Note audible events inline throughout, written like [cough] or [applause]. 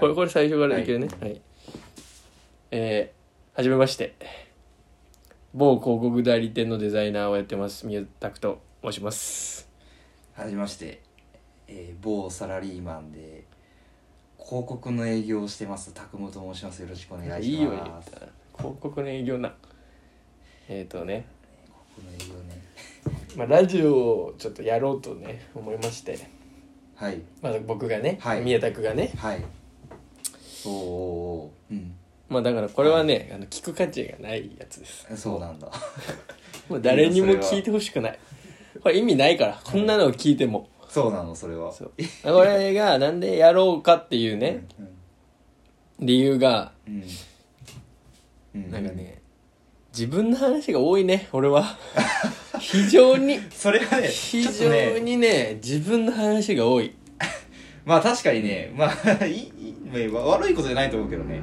これこれ最初からいけるねはい、えー、はじめまして某広告代理店のデザイナーをやってます宮拓と申しますはじめまして、えー某サラリーマンで広告の営業をしてます拓夢と申しますよろしくお願いしますいいよ言ったら広告の営業なえっ、ー、とね、広告の営業ねまあ、ラジオをちょっとやろうとね思いまして、はいまあ、僕がね、はい宮拓がねはいおーおーおーまあだからこれはね、あの聞く価値がないやつですうんそうなんだもう誰にも聞いてほしくないこれ意味ないからこんなのを聞いてもそうなのそれはそうこれがなんでやろうかっていうね理由がうんうんなんかね自分の話が多いね俺は [laughs] 非常にそれはね非ちょ常っとねにね自分の話が多いまあ確かにねまあ [laughs] いいいいまあ悪いことじゃないと思うけどね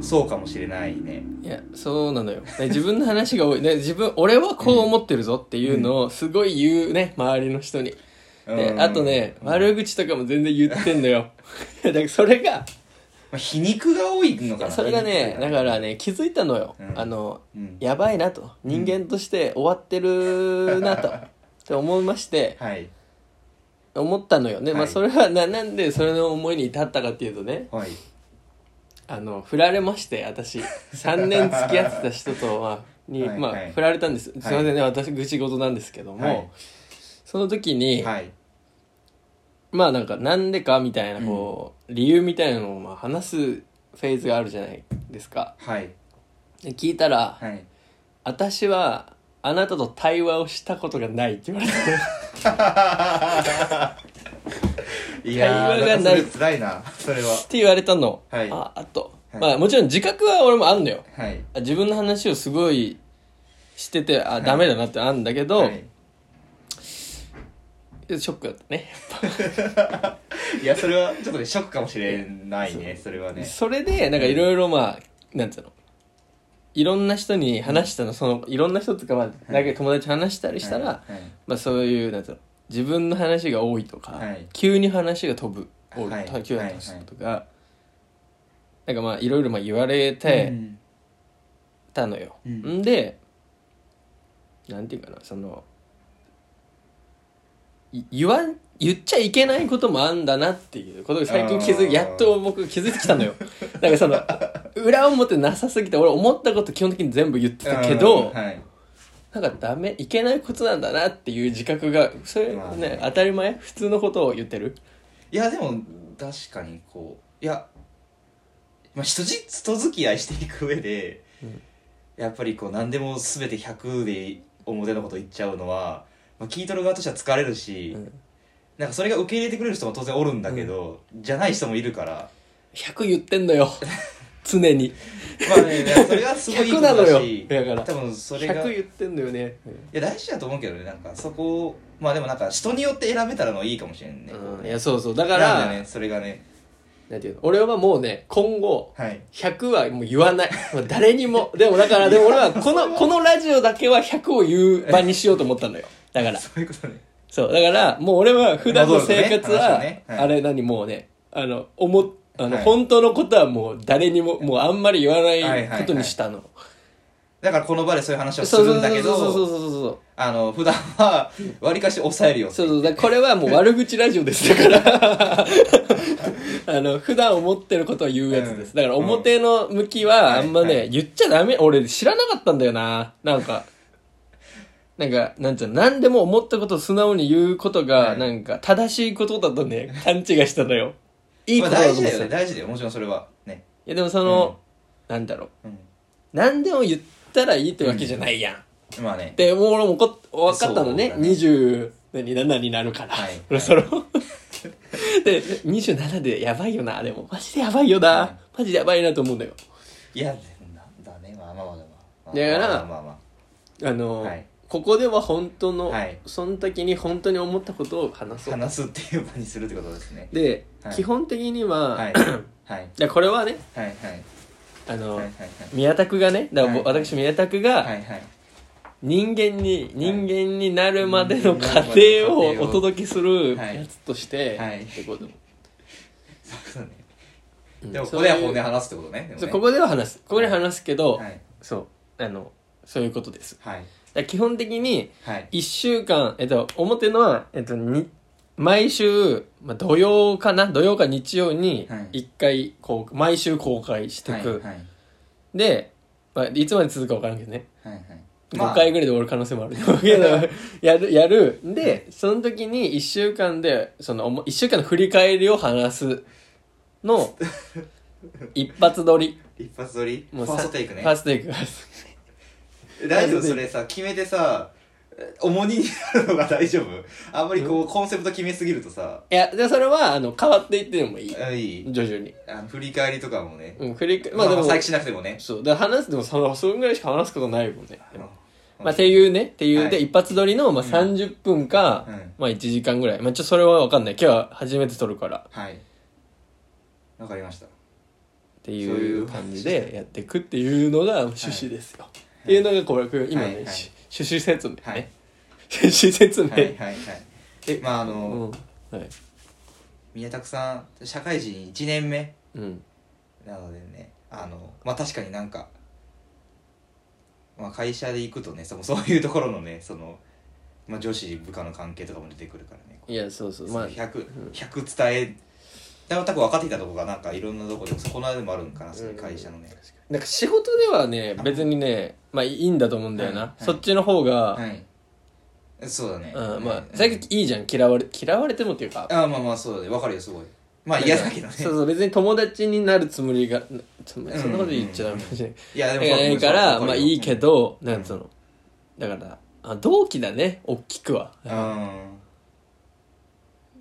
そうかもしれないねいやそうなのよ、ね自分の話が多い、ね、自分俺はこう思ってるぞっていうのをすごい言うね周りの人に、ねうんあとね、悪口とかも全然言ってんのよ [laughs] だからそれがまあ皮肉が多いのかなそれがねだらからね気づいたのよ、うんあのうんやばいなと人間として終わってるな [laughs] と、って思いましてはい思ったのよね、まはあいそれはななんでそれの思いに至ったかっていうとねはいあの振られまして [laughs] 私3年付き合ってた人と、まあ、に、はいまあはい振られたんです、すいませんね私愚痴事なんですけども、はいその時に、はいまあなんかなんでかみたいなこう、理由みたいなのをまあ話すフェーズがあるじゃないですかはいで聞いたら、はい私はあなたと対話をしたことがないって言われて [laughs] い会話がないつらいなそれはって言われたの、はいああと、はいまあもちろん自覚は俺もあんのよはいあ自分の話をすごいしててあダメだなってあるんだけど、はいショックだったね、いやそれはちょっとねショックかもしれないねそれはねそれでなんかいろいろまあ、なんつうのいろんな人に話したのそのいろんな人とかまあだけ友達と話したりしたら、はいはいまあそういうなんつうの自分の話が多いとか、はい急に話が飛ぶ多い、はいた急に話が飛ぶとか、なんかまあいろいろまあ言われうてんたのよ、うんんでなんていうかなそのい言わん言っちゃいけないこともあんだなっていうことが最近気づあいーやっと僕気づいてきたの [laughs] よなんかその裏表なさすぎて俺思ったこと基本的に全部言ってたけど、うんはいなんかダメいけないことなんだなっていう自覚がそれね、まあね当たり前普通のことを言ってるいやでも確かにこういやまあ人じ人付き合いしていく上でうんやっぱりこう何でも全て100で表のこと言っちゃうのは、まあ、聞いとる側としては疲れるし、うんなんかそれが受け入れてくれる人も当然おるんだけど、じゃない人もい [laughs] るから100言ってんの [laughs] よ常にまあね、それがすごいいいことだし [laughs] 100なのよだから多分それが100い言ってんのよね、や大事だと思うけどねなんかそこをまあでもなんか人によって選べたらのいいかもしれんね、うん、いやそうそうだだからねそれがねなんていうの俺はもうね今後はい100はもう言わないもう誰にも [laughs] でもだからでも俺はこ [laughs] のこのラジオだけは100を言う場にしようと思ったのよだからそういうことねそうだからもう俺は普段の生活戻るは、とね話はねはいあれ何もうねあの思っあの、はい本当のことはもう誰にももうあんまり言わはいなはいはいいことにしたの、だからこの場でそういう話をすそうそるうんだけそうそうどそうそうそうあの普段はわりかし抑えるよそうそうだからこれはもう悪口ラジオですだから [laughs] あの普段思ってることを言うやつです、うんだから表の向きはあんまね、はいはい言っちゃダメ俺知らなかったんだよななんかなんかなんつうの何でも思ったことを素直に言うことが、はいなんか正しいことだとね勘違いしたのよ [laughs] いいまこあとだと大思っ事てただよねい大事だよもちろんそれはねやでもその、なんだろううん何でも言ったらいいってわけじゃないやん、まあねでもう俺もこ分かったのねそうだね20何7になるから、はいそろそろ [laughs] で27でやばいよなでもマジでやばいよな、はいマジでやばいなと思うんだよいやなんだねまあまあまあまあまあだからまあまあまあの、はいここでは本当の、はいその時に本当に思ったことを話あそう話すっていう場にするってことですねで、はい基本的には、 [coughs] はいはいいやこれはねはいはいあの、はいはい宮田君がねだからぼ、はい私宮田君はがいはい人間に、人間になるまでの人過間程になるまでの過を程をお届けするはいやつとして、はいってことそうだねうんでもここではそうい本う音話すってことね。でもねそうここでは話すここで話すけど、はい。そうあのそういうことですはい。だから基本的にはい。 1週間、えっと、表のは、えっと、に毎週、まあ、土曜かな土曜か日曜にはい1回公開毎週公開してはい。く、はい。はい。で、まあ、いつまで続くか分からんけどね、はい。 5回ぐらいで終わる可能性もあるけど [laughs] やるやるでその時に1週間でそのおも1週間の振り返りを話すの [laughs] 一発撮り一発撮りフもァうさーストテイクねファーストテイク大丈夫それさ決めてさ重荷になるのが [laughs] 大丈夫あんまりこうコンセプト決めすぎるとさいやでそれはあの変わっていってもいいあいい徐々に、あの振り返りとかもねうん、振り返ままああでまあも再起しなくてもねそうだから話すでもそのそんぐらいしか話すことないもんねまあ、って定いうね、っていう、はで、い一発撮りの、まあ、うん30分か、うんまあ、1時間ぐらい。まあ、ちょ、それはわかんない。今日は初めて撮るから、っはいわかりましたてそういいうう感じでやっていくっていうのが趣旨ですよ。っていうのが、これ、今はいはねい、し趣旨説明はいね。趣旨説明。はいはいはいえまああうのん。はい。宮田さん社会人1年目うん。なのでねあのまあ確かになんか、まあ、会社で行くとねそのそういうところのねその、まあ、女子部下の関係とかも出てくるからねいや、そうそう。ままああ、、100, 100伝えだ多分分かってきたとこがなんかいろんなとこでもそこのでもあるんかなその会社のね、なんか仕事ではね、別にね、まあ、いいんだと思うんだよはいなは。いそっちの方が、はいそうだねうん、まあ、最最近いいじゃん。嫌われ、嫌われてもっていうか、あまあまあそうだね分かるよすごいまあ嫌だけどねそうそう別に友達になるつもりがなそんなうんそんなこと言っちゃダメかもしれいやでなもい、ないからまあいいけ、ど、んなんかそのだからあ同期だね大きくは、うん、うん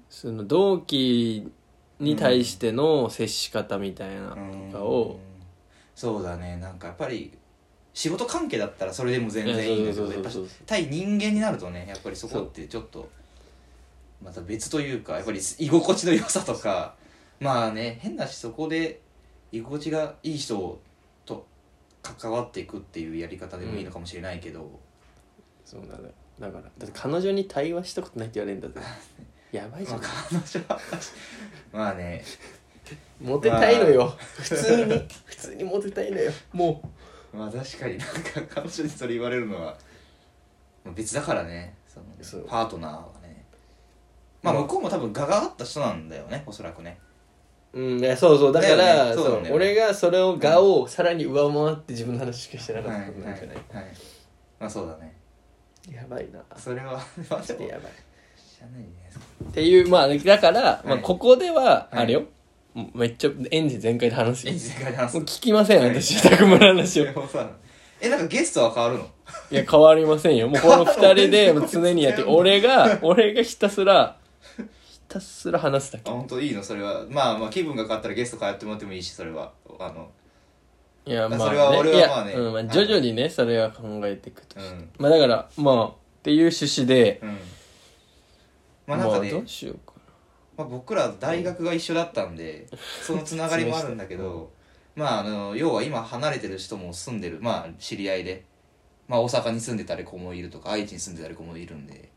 その同期に対しての接し方みたいなうんとかを、そうだねなんかやっぱり仕事関係だったらそれでも全然いいんいやだけそうどそうやそっうぱそう対人間になるとねやっぱりそこってちょっとまた別というかやっぱり居心地の良さとかまあね変なしそこで居心地がいい人と関わっていくっていうやり方でもいいのかもしれないけど、そうなんだよだからだって彼女に対話したことないって言われ [laughs] るんだぜやばいじゃまあん彼女はまあねモテたいのよ普通に普通にモテたいのよもまあ確かになんか彼女にそれ言われるのはまあ別だからねそのそうパートナーはねまあまあ向こうも多分我があった人なんだよねおそらくねううんいやそうそうだかだよらねそそうなんだよねの俺がそれを我をさらに上回って自分の話しかしてなはいかはったいはいことなんじゃない、まあそうだねやばいなそれ [laughs] はまあちでょっとも知らやばいないねっていうまあだから、まあ、はいここでは、はいあれよもうめっちゃエンジン全開で話すよえ実際話すもう聞きませんはい私宅村の [laughs] 話をいいやもうさ [laughs] えなんかゲストは変わるのや変わりませんよもうこの二人 [laughs] でもう常にやって変わ俺が俺がひたすらひたすら話すだあ本当いいのそれはまあまあ気分が変わったらゲスト変わってもらってもいいしそれはあのけいやまそあ、れはね、俺はいやまあねうんまはあ、い徐々にねそれは考えていくとうして、んまあだからまあっていう趣旨で、うんまあなんかねどうしようかまあ、僕ら大学が一緒だったんでそのつながりもあるんだけ [laughs] ど、まああの要は今離れてる人も住んでるまあ知り合いで、まあ、大阪に住んでたり子もいるとか愛知に住んでたり子もいるんで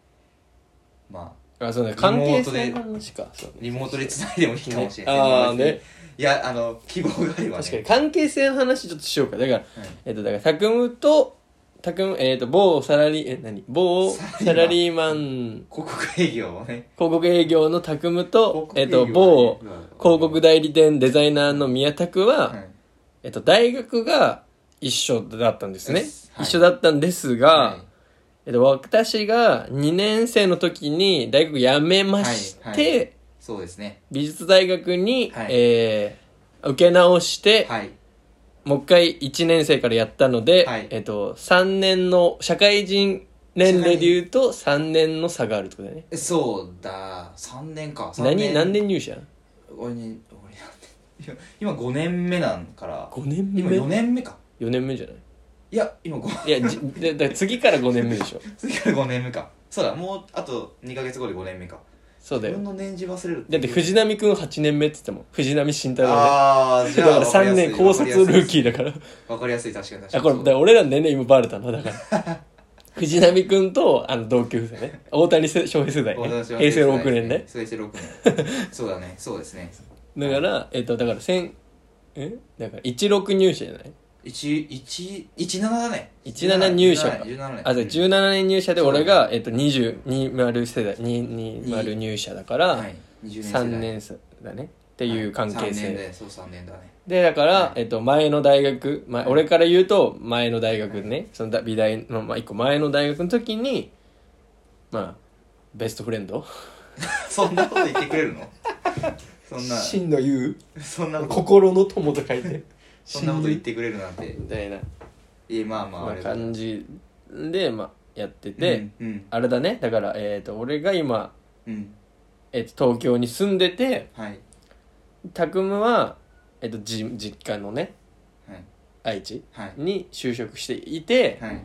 まあなあそうねリモー関係トで性の話かそうねリモートでつないでもいいかもしれない、ねまあーね別にいやあの希望があれば、ね、確かに関係性の話ちょっとしようかだから、えっとだからタクムとタクムえっと某サラリーえ何某ササララリーマン広告営業をね広告営業のタクムと、えっと広告某営業はね広告代理店デザイナーの宮田君は、はいえっと大学が一緒だったんですね、ですはい一緒だったんですが、はえっと私が2年生の時に大学辞めまして、はいはそうですね美術大学に、はいえー受け直して、はいもう一回1年生からやったので、はいえっと、3年の、社会人年齢で言うと3年の差があるってことだよね。えそうだ3年か三何、何年入社俺に俺なんていや今5年目なんから ?5 年目今4年目か四年目じゃないいや今5いや、じでだから次から5年目でしょ。 [laughs] 次から5年目かそうだもうあと2ヶ月後で5年目かそうだ自分よ。の年次忘れるだって藤波くん8年目って言ってもん、藤波慎太郎ね。ああじだゃあから3年高卒ルーキーだから。ーわかりやすい確かに確あ、かにこれ、だから俺らの年齢今バレたな、だから。 [laughs] 藤波くんと、あの、同級生ね。大谷せ翔平世代ね。平成6年ね。平成6年そうだねそうですねだから、えっと、だから、千えだから16入社じゃない一一一七だね17入社か17 17ねあじゃあ17年入社でそう俺が、えっと、2020世代20入社だから、はい20世代3年生だねっていう関係性、はい三年でそう3年だねでだから、はいえっと、前の大学、ま、俺から言うと前の大学ね、そのだ美大の、まあ、一個前の大学の時にまあベストフレンドそんなこと言ってくれるの [laughs] そ [laughs] んな真の言そんなうこと心の友と書いて [laughs] そんなこ [laughs] と言ってくれるなんてみたいな、いやまあまあまあ、れだ感じで、まあ、やってて、うんうんあれだねだから、えっと俺が今、うんえっと東京に住んでてはい拓夢は、えっとじ実家のねはい愛知はいに就職していて、はい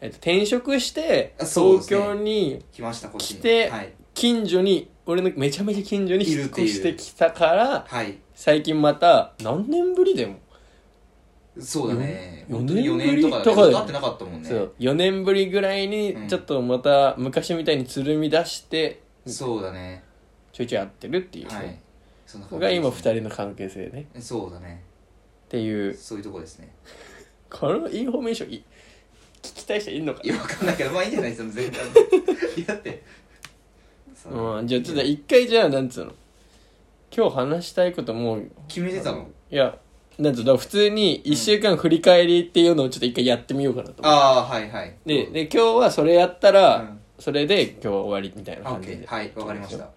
えっと、転職してあそうで東すね京に来ましたこっちに来てはい近所に俺のめちゃめちゃ近所にいる引っっていう越してきたからはい最近また何年ぶりでも、そうだねよ本当に四4年ぶり年とかだとかだよねね会ってなかったもんねそう4年ぶりぐらいにうんちょっとまた昔みたいにつるみ出してそうだねちょいちょい会ってるっていう、はいそんなここが今2人人の関係性ねそうだねっていうそういうとこですねこのインフォメーションい聞きたい人いるのかいやわかんないけどまあいいんじゃないその全体でいやだってそのうん、じゃあちょっと一回じゃあなんつうの今日話したいこともう決めてたのいやなんつうの普通に1週間振り返りっていうのをちょっと一回やってみようかなと思っああはいはいて、でで今日はそれやったら、うんそれで今日は終わりみたいなあオ感ッケじでーはいわかりました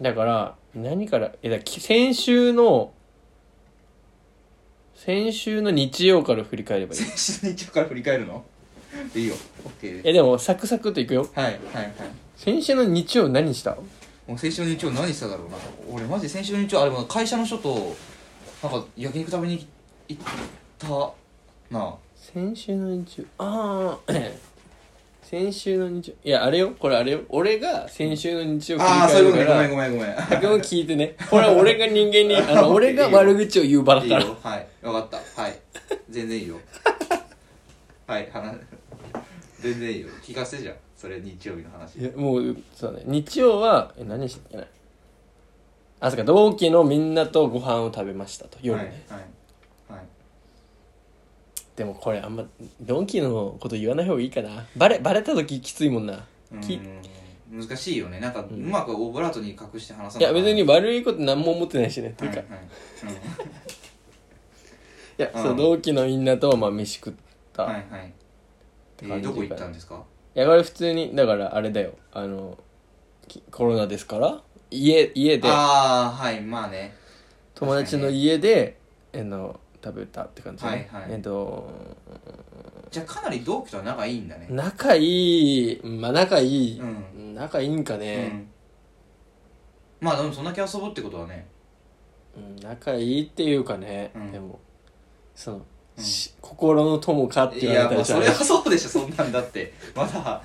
だから何からえだき先週の先週の日曜から振り返れば [laughs] いい先週の日曜から振り返るのいいよオッケーでえでもサクサクといくよはいはいはい先週の日曜何したもう先週の日曜何しただろうな俺マジで先週の日曜あれも会社の人となんか焼肉食べに行ったなあ先週の日曜ああ [clears throat] 先週の日曜いやあれよこれあれよ俺が先週の日曜ああーそういうことねかごめんらごめんごめん竹も聞いてねこれは俺が人間に [laughs] あの俺が悪口を言う場だいいかよらはい分かったはい全然いいよはい話全然いいよ聞かせてじゃんそれ日曜日の話いやもうそうだね日曜はえ何したっけなあそうか同期のみんなとご飯を食べましたと夜はいね、はいはいでもこれあんま同期のこと言わない方がいいかなバレバレた時きついもんなうきーん難しいよねなんかうんまくオブラートに隠して話さいや別には悪いこと何も思ってないしね、いてはいいうかうんいや、そううん同期のみんなと、まあ、飯食った、はいい、はいえ感ーじどこ行ったんですかやこれ普通にだからあれだよあのきコロナですから家家でああはいまあね友達の家で、あの食べたって感じ、ねはいはいえっとじゃあかなり同期とは仲いいんだね仲いいまあ仲いい、うん仲いいんかうね、んまあでもそんだけ遊ぶってことはねうん仲いいっていうかね、うんでもその、うんし心の友かってい言わやれたまりあしたそられはそうでしょそんなんだってまだ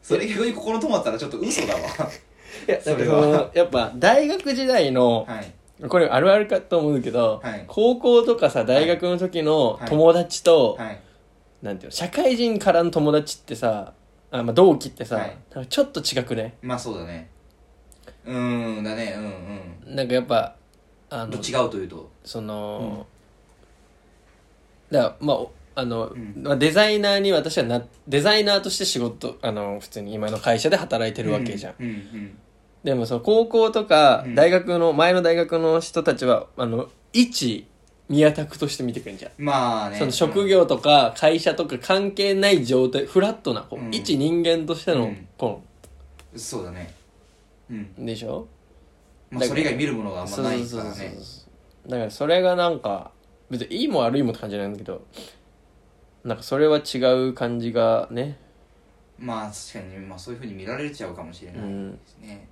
そそれ逆に心止まったらちょっと嘘だわいやだからそそれのはやっぱ大学時代のはいこれあるあるかと思うけど、はい高校とかさ大学の時のはい友達と、はいなんていうの社会人からの友達ってさあ、まあ、同期ってさ、はいなんかちょっと違くねまあそうだねうーんだねうんうんなんかやっぱあとの違うというとその、だからまあおあの、んまあ、デザイナーに私はなデザイナーとして仕事あの普通に今の会社で働いてるわけじゃん、うんうんでもその高校とかうん大学の、前の大学の人たちはあの一宮田区として見てくれんじゃんまあねその職業とか会社とか関係ない状態フラットなこう、うん一人間としてうのんこうんそうだねうんうでしょまあそれ以外見るものがあんまないからねそうだからそれがなんか別にいいも悪いもって感じじゃないんだけどなんかそれは違う感じがねまあ確かに、まあ、そういうふうに見られちゃうかもしれないですね、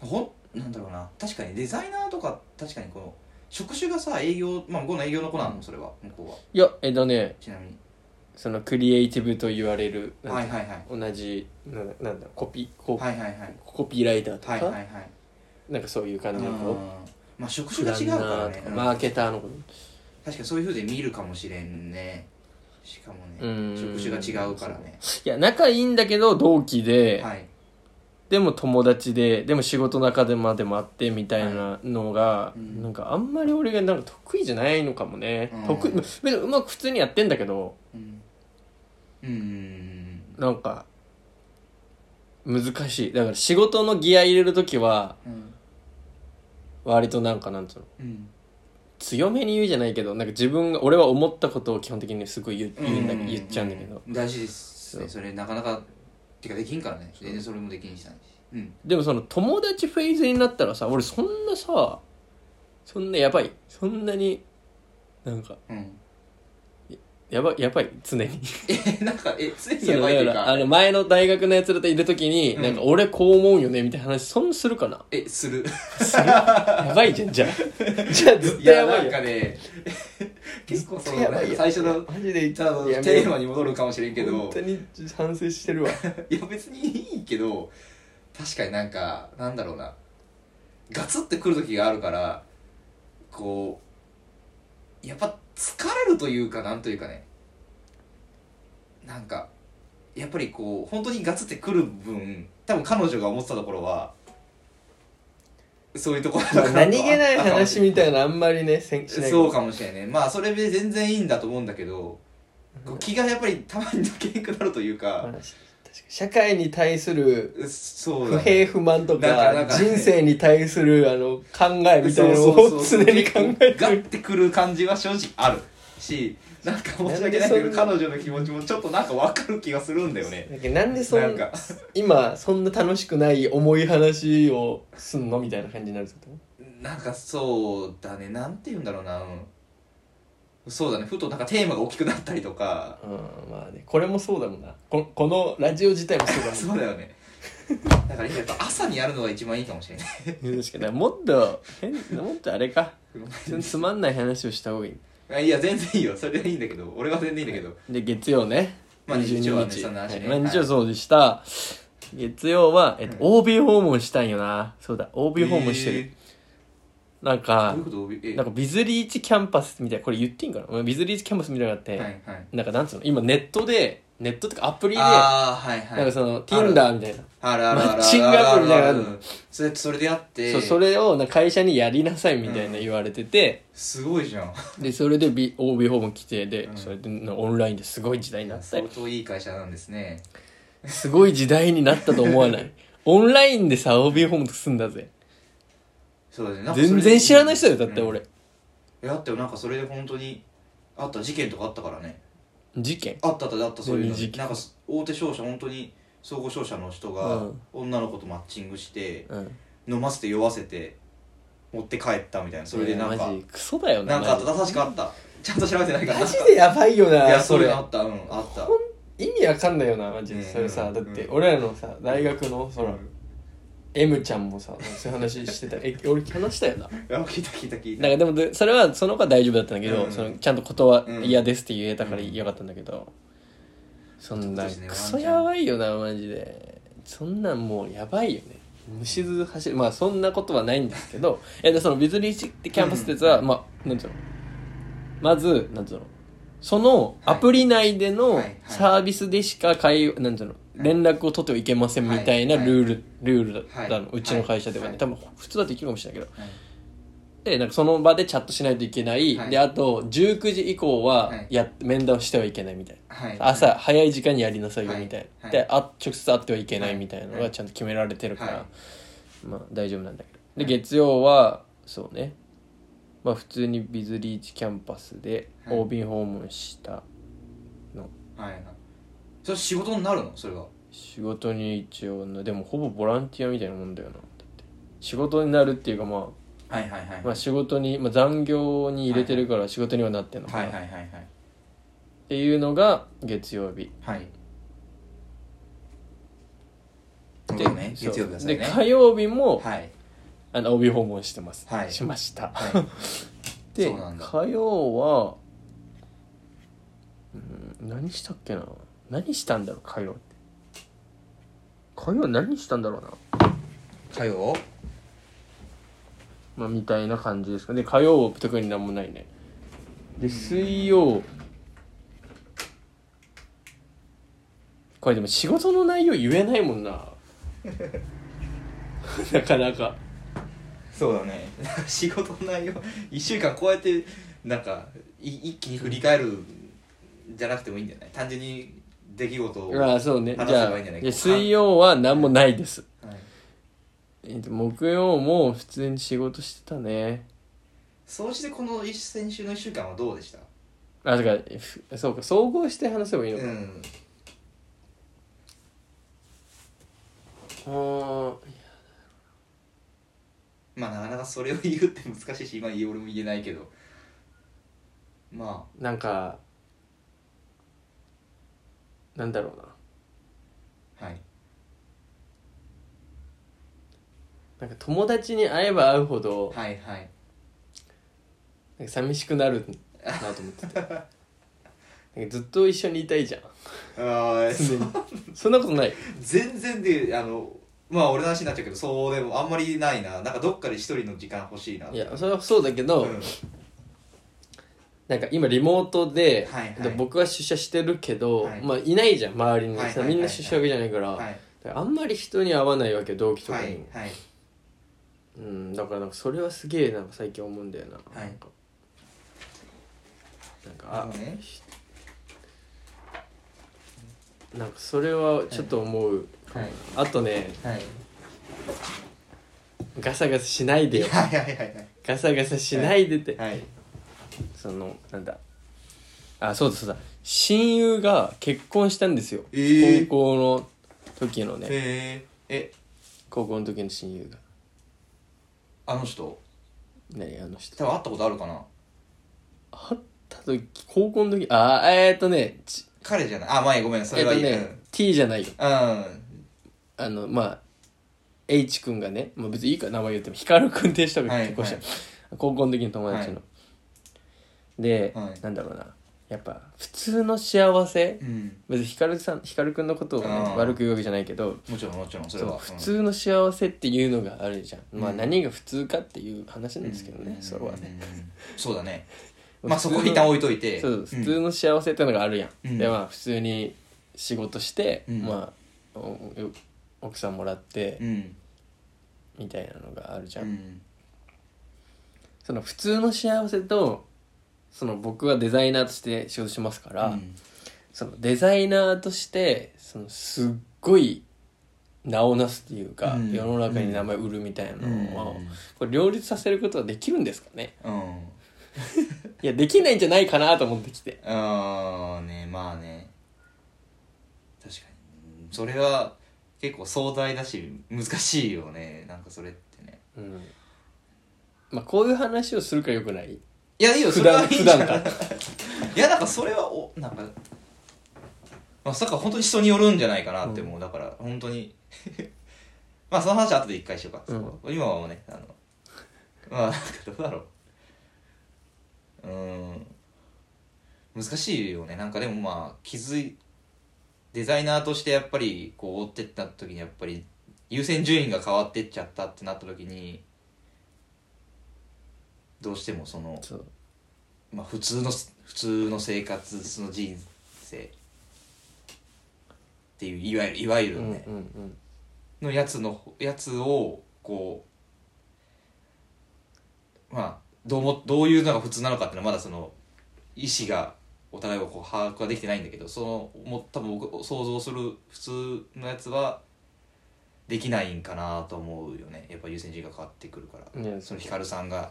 ほんなんだろうな確かにデザイナーとか確かにこの職種がさ営業まあ向こうの営業の子なのそれは向こうはいやえっとねちなみにそのクリエイティブと言われるなんかはいはいはい同じなんだなんだコピコ,、はいはいはいコピーライターとか、はいはいはいなんかそういう感うじのこんとまあ職プ種がランナ違うからーねとかうんマーケターのこと確かにそういうふうで見るかもしれんねしかもうねん職種が違うからねいや仲いいんだけど同期で、はいでも友達ででも仕事の中でまでもあってみたいなのが、うんなんかあんまり俺がなんか得意じゃないのかもね、うん得意別にうまく普通にやってんだけどうんうんなんか難しいだから仕事のギア入れる時はうん割となんかなんつうのうん強めに言うじゃないけどなんか自分が俺は思ったことを基本的にすごい言う言うんだう言っちゃうんだけど、大事ですねそそれなかなかてかできんからね全然それもできんしたんしうんでもその友達フェーズになったらさ俺そんなさそんなやばいそんなになんかうんやばいやばい常に [laughs] えなんかえ常にそ [laughs] やのばいだといかうらあかの前の大学のやつらといる時に、うんなんか俺こう思うよねみたいな話そんなするか [laughs] なえするやばいじゃんじゃ [laughs] あじゃあずっといややばないんよかね結構そのずっとやばいよ最初のマジでただやめテーマに戻るかもしれんけど本当に反省して [laughs] るわいや別にいいけど確かになんかなんだろうなガツってくる時があるからこうやっぱ疲れるというかなんというかねなんかやっぱりこう本当にガツってくる分多分彼女が思ってたところはそういうところまあ何気ないあったかも話しれみたいなのあんまりねせんしないそうかもしれないねまあそれで全然いいんだと思うんだけどこう気がやっぱりたまに抜けなくなるというまあか確かに社会に対するそう不だね平不満となんかなかんか人生に対するあの考えみたいなのそうを常に考 [laughs] えてガるッてくる感じは正直あるしなんか申し訳ないけど彼女の気持ちもちょっとなんか分かる気がするんだよねだけどなんでそんなんか今そんな楽しくない重い話をすんのみたいな感じになるってこなんかそうだねなんて言うんだろうな、うんそうだねふとなんかテーマが大きくなったりとかとうんまあねこれもそうだもんなここのラジオ自体も [laughs] そうだもんそうだよねだからやっぱ朝にやるのが一番いいかもしれない確かにもっと変もっとあれかつまんない話をした方がいいあいや全然いいよそれでいいんだけど俺は全然いいんだけど、で月曜ねまあ22日曜はねそんな話ねはいまあ日曜はいそうでした月曜は、えっと、う OB 訪問したんよなそうだ OB 訪問してる、なんえーかどういうことえーなんかビズリーチキャンパスみたいなこれ言っていいんかなうんビズリーチキャンパスみたいなのがあって、はいはいなんかなんつうの今ネットでネットとかアプリでなああはいはいんかそのある Tinder みたいなあるあるあるマあるあるあるッチングアプリみたいなのあるそれそれでやってそうそれをなんか会社にやりなさいみたいな言われてて、すごいじゃんでそれで B- OB 訪問来てで、うんそれでオンラインですごい時代になった相よ当いい会社なんですねすごい時代になったと思わない [laughs] オンラインでさ OB 訪問すんだぜそうだねなんかそれ全然知らない人だよだってうん俺、いやだってなんかそれで本当にあった事件とかあったからね事件あったあったあったそういう何事件のなんか大手商社本当に総合商社の人うがん女の子とマッチングしてうん飲ませて酔わせて持って帰ったみたいなそれでなんいやかマジクソだよななんかあっマジた確かあったちゃんと調べてないからマジでやばいよないやそれそれあったうんあった意味わかんないよなマジでねえそれさうんだってうん俺らのさ大学のそらうん M ちゃんもさそういう話してたえ俺話したよないや聞いた聞いた聞いたなんかでもでそれはその子は大丈夫だったんだけど、うんそのちゃんと断うん嫌ですって言えたからうんよかったんだけど、そんなそうですねクソやばいよなマジでそんなんもうやばいよね虫ず走るまあそんなことはないんですけど [laughs] えでそのビズリーチってキャンパスってやつは、まあなんつうのまずなんつうのそのアプリ内ではのいはいサービスでしか会話なんつうの連絡を取ってはいけませんみたいなはいルール、ルールだったの、はいうちの会社ではね、はい多分普通だといけるかもしれないけどはいでなんかその場でチャットしないといけない、はいであと19時以降ははいやっ、面談してはいけないみたいはいな朝早い時間にやりなさいよみたいな、はいではいあ直接会ってはいけないみたいなのはがいちゃんと決められてるから、はまあ大丈夫なんだけどで月曜はそうねまあ普通にビズリーチキャンパスではい OB 訪問したのはいはいそれ仕事になるのそれは仕事に一応のでもほぼボランティアみたいなもんだよなだって仕事になるっていうかまはいはいはあ、いまあ仕事に、まあ、残業に入れてるから仕事にはなってんのかな、はいはいはいはいっていうのが月曜日はいでそうねそう月曜日だそうでね火曜日も、はいあの帯訪問してます、はいしました、はい [laughs] でそうなんだ火曜は、うん、何したっけな何したんだろう火曜って火曜何したんだろうな火曜まあみたいな感じですかね火曜は特になんもないねで水曜これでも仕事の内容言えないもんな [laughs] なかなかそうだね [laughs] 仕事の内容1週間こうやってなんかい一気に振り返るじゃなくてもいいんじゃない単純に出来事を、ああそうね話じせゃばあいいんじゃないいや水曜は何もないです、はいえっと木曜も普通に仕事してたねそうしてこの一先週の1週間はどうでしたあだからふそうか総合して話せばいいうのか、んあまあなかなかそれを言うって難しいし今俺も言えないけどまーなんかなんだろうなあはいなんか友達に会えば会うほどはいはいなんか寂しくなるなと思っててなんかずっと一緒にいたいじゃんああ常にそんなことない [laughs] 全然であのまあ俺の話になっちゃうけどそうでもあんまりないななんかどっかで一人の時間欲しいないいやそれはそうだけど、うんなんか今リモートで,、はいはいで僕は出社してるけど、はいいまあ、いないじゃん周りに、はいはいはいはいみんな出社わけじゃないから,、はいあんまり人に会わないわけ同期とはかいに、はいうんだからなんかそれはすげえなんか最近思うんだよな,、いなんかなんかああのねなんかそれはちょっと思う、はいあとねはいガサガサしないでよはいはいはいガサガサしないでって、はいそのなんだあそうだそうだ親友が結婚したんですよ、えー高校の時のねえー、え高校の時の親友があの人何あの人多分会ったことあるかな会った時高校の時あーえー、っとねち彼じゃないあ前ごめんそえー、っれはといい、ね T じゃないようんあのまあ H 君がね、まあ、別にいいから名前言っても光君って人が結婚した、はい高校の時の友達の、で、はいなんだろうなやっぱ普通の幸せうん、うん、別に光さん光君のことを、ねあー、悪く言うわけじゃないけどもちろんもちろんそれそうは普うん通の幸せっていうのがあるじゃん、まあうん何が普通かっていう話なんですけどね、うんそれはね、うんそうだ [laughs] ねまあそ普通このは一旦置いといてそううん普通の幸せってのがあるやん、うんでまあ普通に仕事して、うんまあおお奥さんもらって、うんみたいなのがあるじうゃん、んその普通の幸せとその僕はデザイナーとして仕事しますから、うんそのデザイナーとしてそのすっごい名をなすっていうか、うん世の中に名前売るみたいなのを、うんこれ両立させることはできるんですかねうんいやできないんじゃないかなと思ってきてあーねまあね確かにうんそれは結構壮大だし難しいよねなんかそれってねうんまあこういう話をするからよくないいやいいよそ普れは段いい普じゃん段からいやなんかそれはおなんかまあだから本当に人によるんじゃないかなって思う、だから本当に [laughs] まあその話は後で一回しようか、うんそこ今はもうねあのまあなんかどうだろううーん難しいよねなんかでもまあ気づいデザイナーとしてやっぱりこう追ってった時にやっぱり優先順位が変わってっちゃったってなった時にどうしてもそのそうまあ、普通の普通の生活その人生っていういわゆるいわゆうるんうんね、うんのやつのやつをこうまあどうもどういうのが普通なのかっていうのはまだその意思がお互いをこう把握はできてないんだけどそのも多分僕想像する普通のやつはできないんかなと思うよねやっぱ優先順位が変わってくるから、いやそのヒカルさんが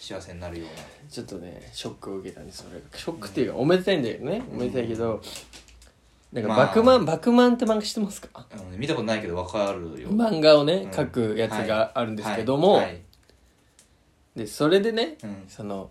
幸せになるような。ちょっとねショックを受けたねそれがショックっていうかおめでたいんだけどね、おめでたいけどなんか「まあバクマン」バクマンって漫画知ってますかあのね、見たことないけどわかるよ。漫画をねうん書くやつがあるんですけども、はいはいでそれでねうんその、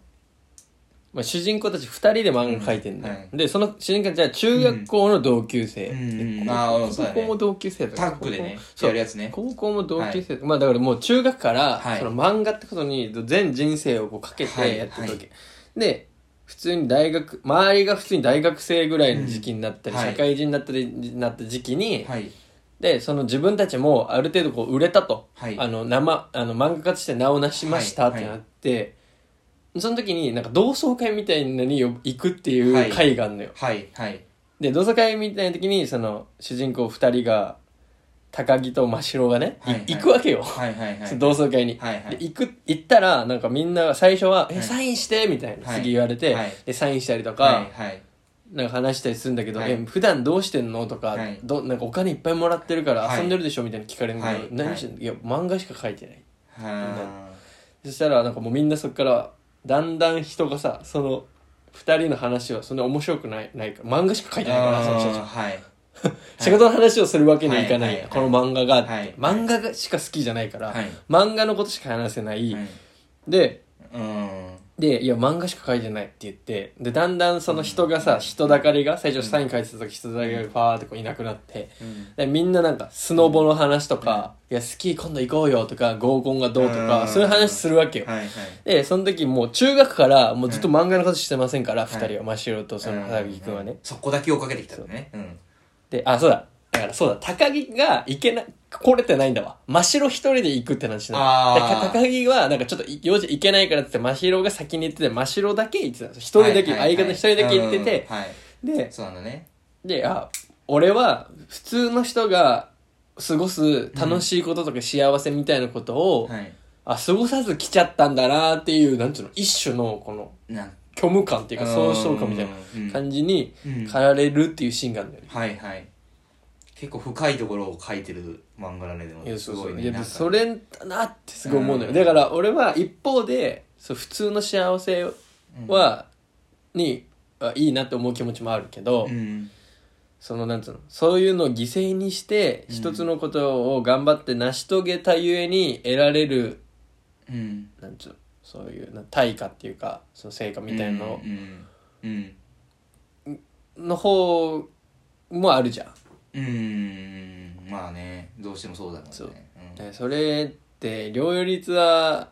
まあ、主人公たち2人で漫画書いてんだよ、うんはいでその主人公たちは中学校の同級生、うんでうん高あー校そうだね高校も同級生だタからッグでね高、校やるやつね。高校も同級生、まあだからもう中学からはいその漫画ってことに全人生をこうかけはいてやってたわけ、で普通に大学周りが普通に大学生ぐらいの時期になったり、うんはい社会人になったりなった時期に、はい。でその自分たちもある程度こう売れたと、はいあの生あの漫画家として名を成しましたはっいてなって、その時になんか同窓会みたいなのによ行くっていう会があるのよ、はい。はい。で同窓会みたいな時にその主人公2人が高木と真白がね、いはいはい行くわけよ、はいは [laughs] いはい。同窓会に、はいはいで行く行ったらなんかみんな最初は「えはいサインして」みたいなはい次言われて、はいでサインしたりとか、はいはい。なんか話したりするんだけど「はいえ普段どうしてんの?」とか、はいど「なんかお金いっぱいもらってるからはい遊んでるでしょ」みたいな聞かれるんだけどはい何してんの?」いや漫画しか書いてない」はそしたらなんかもうみんなそっからだんだん人がさその2人の話はそんな面白くないないから漫画しか書いい。てないからその人たちあーはい。仕事の話をするわけにはいかないやん、はいこの漫画があって、はい漫画がしか好きじゃないから、はい漫画のことしか話せない、はいでうん。でいや漫画しか書いてないって言ってでだんだんその人がさ、人だかりが最初サイン書いてた時人だかりがパーってこういなくなって、でみんななんかスノボの話とか、いやスキー今度行こうよとか合コンがどうとか、うんそういう話するわけよ、はいはい。でその時もう中学からもうずっと漫画のことしてませんから、二い2人は真白とその高木君はね、うん。そこだけをかけてきたのね。うん。で、あ、そうだ。だからそうだ、高木が行けな、来れてないんだわ。真白一人で行くって話なあーのでか高木は、なんかちょっとい用事行けないからって言って、真白が先に行ってて、真白だけ行ってたんです一人だけ、はいはいはい相方一人だけ行ってて、うんはい。で、そうなんだね。で、あ、俺は普通の人が過ごす楽しいこととか幸せみたいなことを、はい。あ、過ごさず来ちゃったんだなっていう、なんつうの、一種のこのなん虚無感っていうか、う喪ん失感みたいうんな感じにうん駆られるっていうシーンがあるんだよね。はいはい。結構深いところを書いてる漫画だね、でも。いやそうそうすごねいやなんかそれだなってすごい思うのよ、うんだから俺は一方でそう普通の幸せは、にあいいなって思う気持ちもあるけど、うん。そのなんつうのそういうのを犠牲にしてうん一つのことを頑張って成し遂げたゆえに得られるうん。なんつうのそういうな対価っていうかその成果みたいなのうん。うん。の方もあるじゃん、うん。まあね、どうしてもそうだもんね。そうんでそれって両立は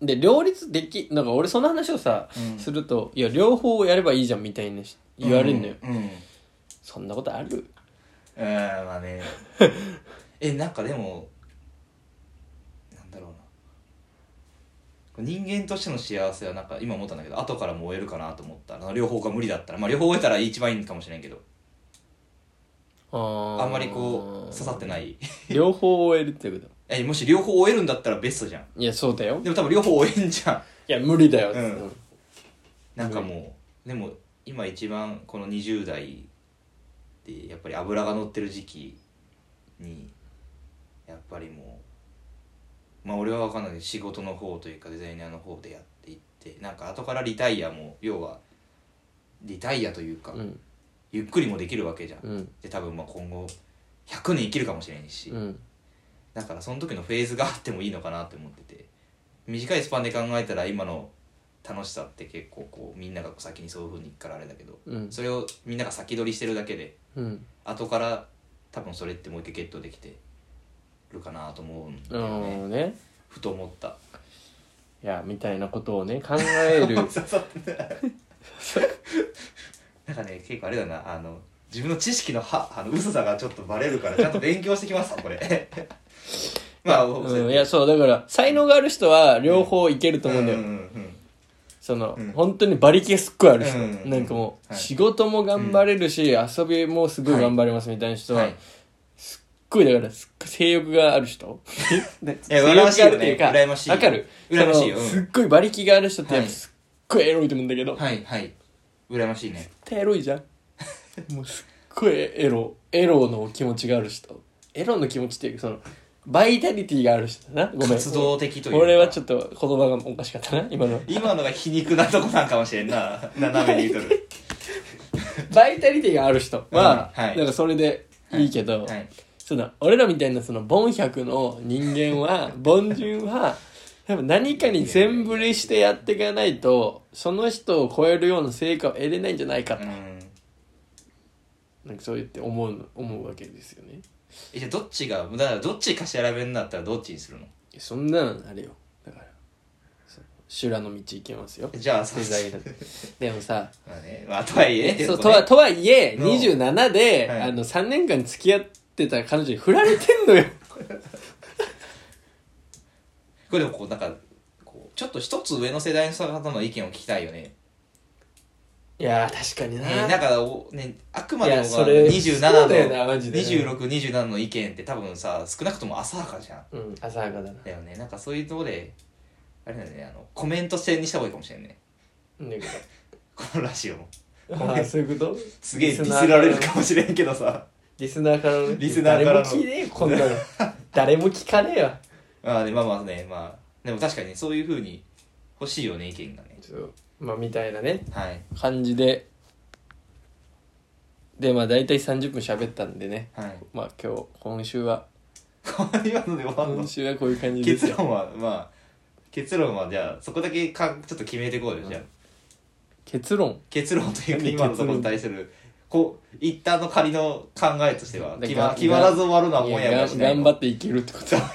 で両立できなんか俺その話をさ、うんすると「いや両方やればいいじゃん」みたいなし言われるのよ、うん。うんそんなことあるうん、まあねえなんかでもなんだろうな人間としての幸せはなんか今思ったんだけど後からも終えるかなと思ったあの両方が無理だったらまあ両方終えたら一番いいんかもしれんけどああーんまりこう刺さってない [laughs] 両方終えるってことえもし両方終えるんだったらベストじゃんいやそうだよでも多分両方終えんじゃんいや無理だよ、うんうんなんかもうでも今一番この20代でやっぱり脂が乗ってる時期にやっぱりもうまあ俺は分かんないけど仕事の方というかデザイナーの方でやっていってなんか後からリタイアも要はリタイアというか、うんゆっくりもできるわけじゃん、うんで多分まあ今後100年生きるかもしれんし、うんだからその時のフェーズがあってもいいのかなって思ってて短いスパンで考えたら今の楽しさって結構こうみんなが先にそういう風に行くからあれだけどうんそれをみんなが先取りしてるだけでうん後から多分それってもう一回ゲットできてるかなと思うんだあよのねねふと思ったいやみたいなことをね考え [laughs] るなんかね結構あれだなあの自分の知識のはあの嘘さがちょっとバレるからちゃんと勉強してきますこれ [laughs] まあ、うん、いやそうだから才能がある人は両方いけると思うんだよ、うんうんうんその、うん本当に馬力がすっごいある人、うんなんかもう、はい仕事も頑張れるし、遊びもすごい頑張れますみたいな人は、はいすっごいだからすっごい性欲がある人ねいや羨ましい [laughs] よね性欲があるっていう羨ましいわかる羨ましいよそのうんすっごい馬力がある人ってやっぱはいすっごいエロいと思うんだけど、絶はいはい羨ましいね対エロいじゃんもうすっごいエロエロの気持ちがある人エロの気持ちっていうかそのバイタリティがある人だなごめん活動的というか俺はちょっと言葉がおかしかったな今の今のが皮肉なとこなんかもしれんな斜めに言うとるバイタリティがある人は、うんはいなんかそれでいいけ [laughs] ど、はいその俺らみたいなその凡百の人間 [laughs] は凡人はやっぱ何かに全振りしてやっていかないとその人を超えるような成果を得れないんじゃないかと、うんなんかそう言って思うの思うわけですよねえじゃあどっちがだからどっちかしらべんだったらどっちにするのそんなのあれよだからそう修羅の道行け [laughs] ますよじゃあそデザインだとでもさまあねまあとはいえってそうことねはとはいえの27で、はいあの3年間付き合ってた彼女に振られてんのよこれでもこうなんかこうちょっと一つ上の世代の方の意見を聞きたいよねいやー確かにな、ね、なんかお、ね、あくまいでもやがそれ27そうの、だよなマジで2627の意見って多分さ少なくとも浅はかじゃんうん浅はかだなだよねなんかそういうとこであれだよねあのコメント制にした方がいいかもしれんねうんだけこのラジオもどあーそういうことすげえディリスナースられるかもしれんけどさリスナーからのリスナーからの誰も聞いねえよこん [laughs] なの誰も聞かねえわま [laughs] あねまあまあねまあでも確かにそういうふうに欲しいよね意見がねそうまあみたいなねはい感じででまあ大体30分喋ったんでねはいまあ今日今週はこういうので終わんの今週はこういう感じです結よ論はまあ結論はじゃあそこだけかちょっと決めていこうよじゃあ結論結論というか何今のところに対するこう一旦の仮の考えとしてはだ決がま決まらず終わるのはもいやもややがしん [laughs] ない頑張っていけるってことだか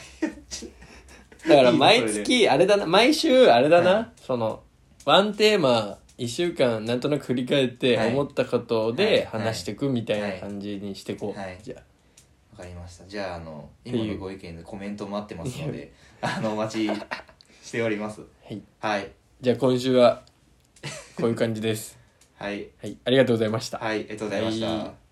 らいいね毎そ月あれだな毎週あれだな、はいそのワンテーマ1週間なんとなく振り返ってはい思ったことはいはいで話していくみたいはない感じにしてこう、はいじゃあわかりましたじゃああのていう今のご意見でコメント待ってますのであのお待ちしておりますはい [laughs] はいじゃあ今週はこういう感じですはいはいありがとうございましたはいありがとうございました、はい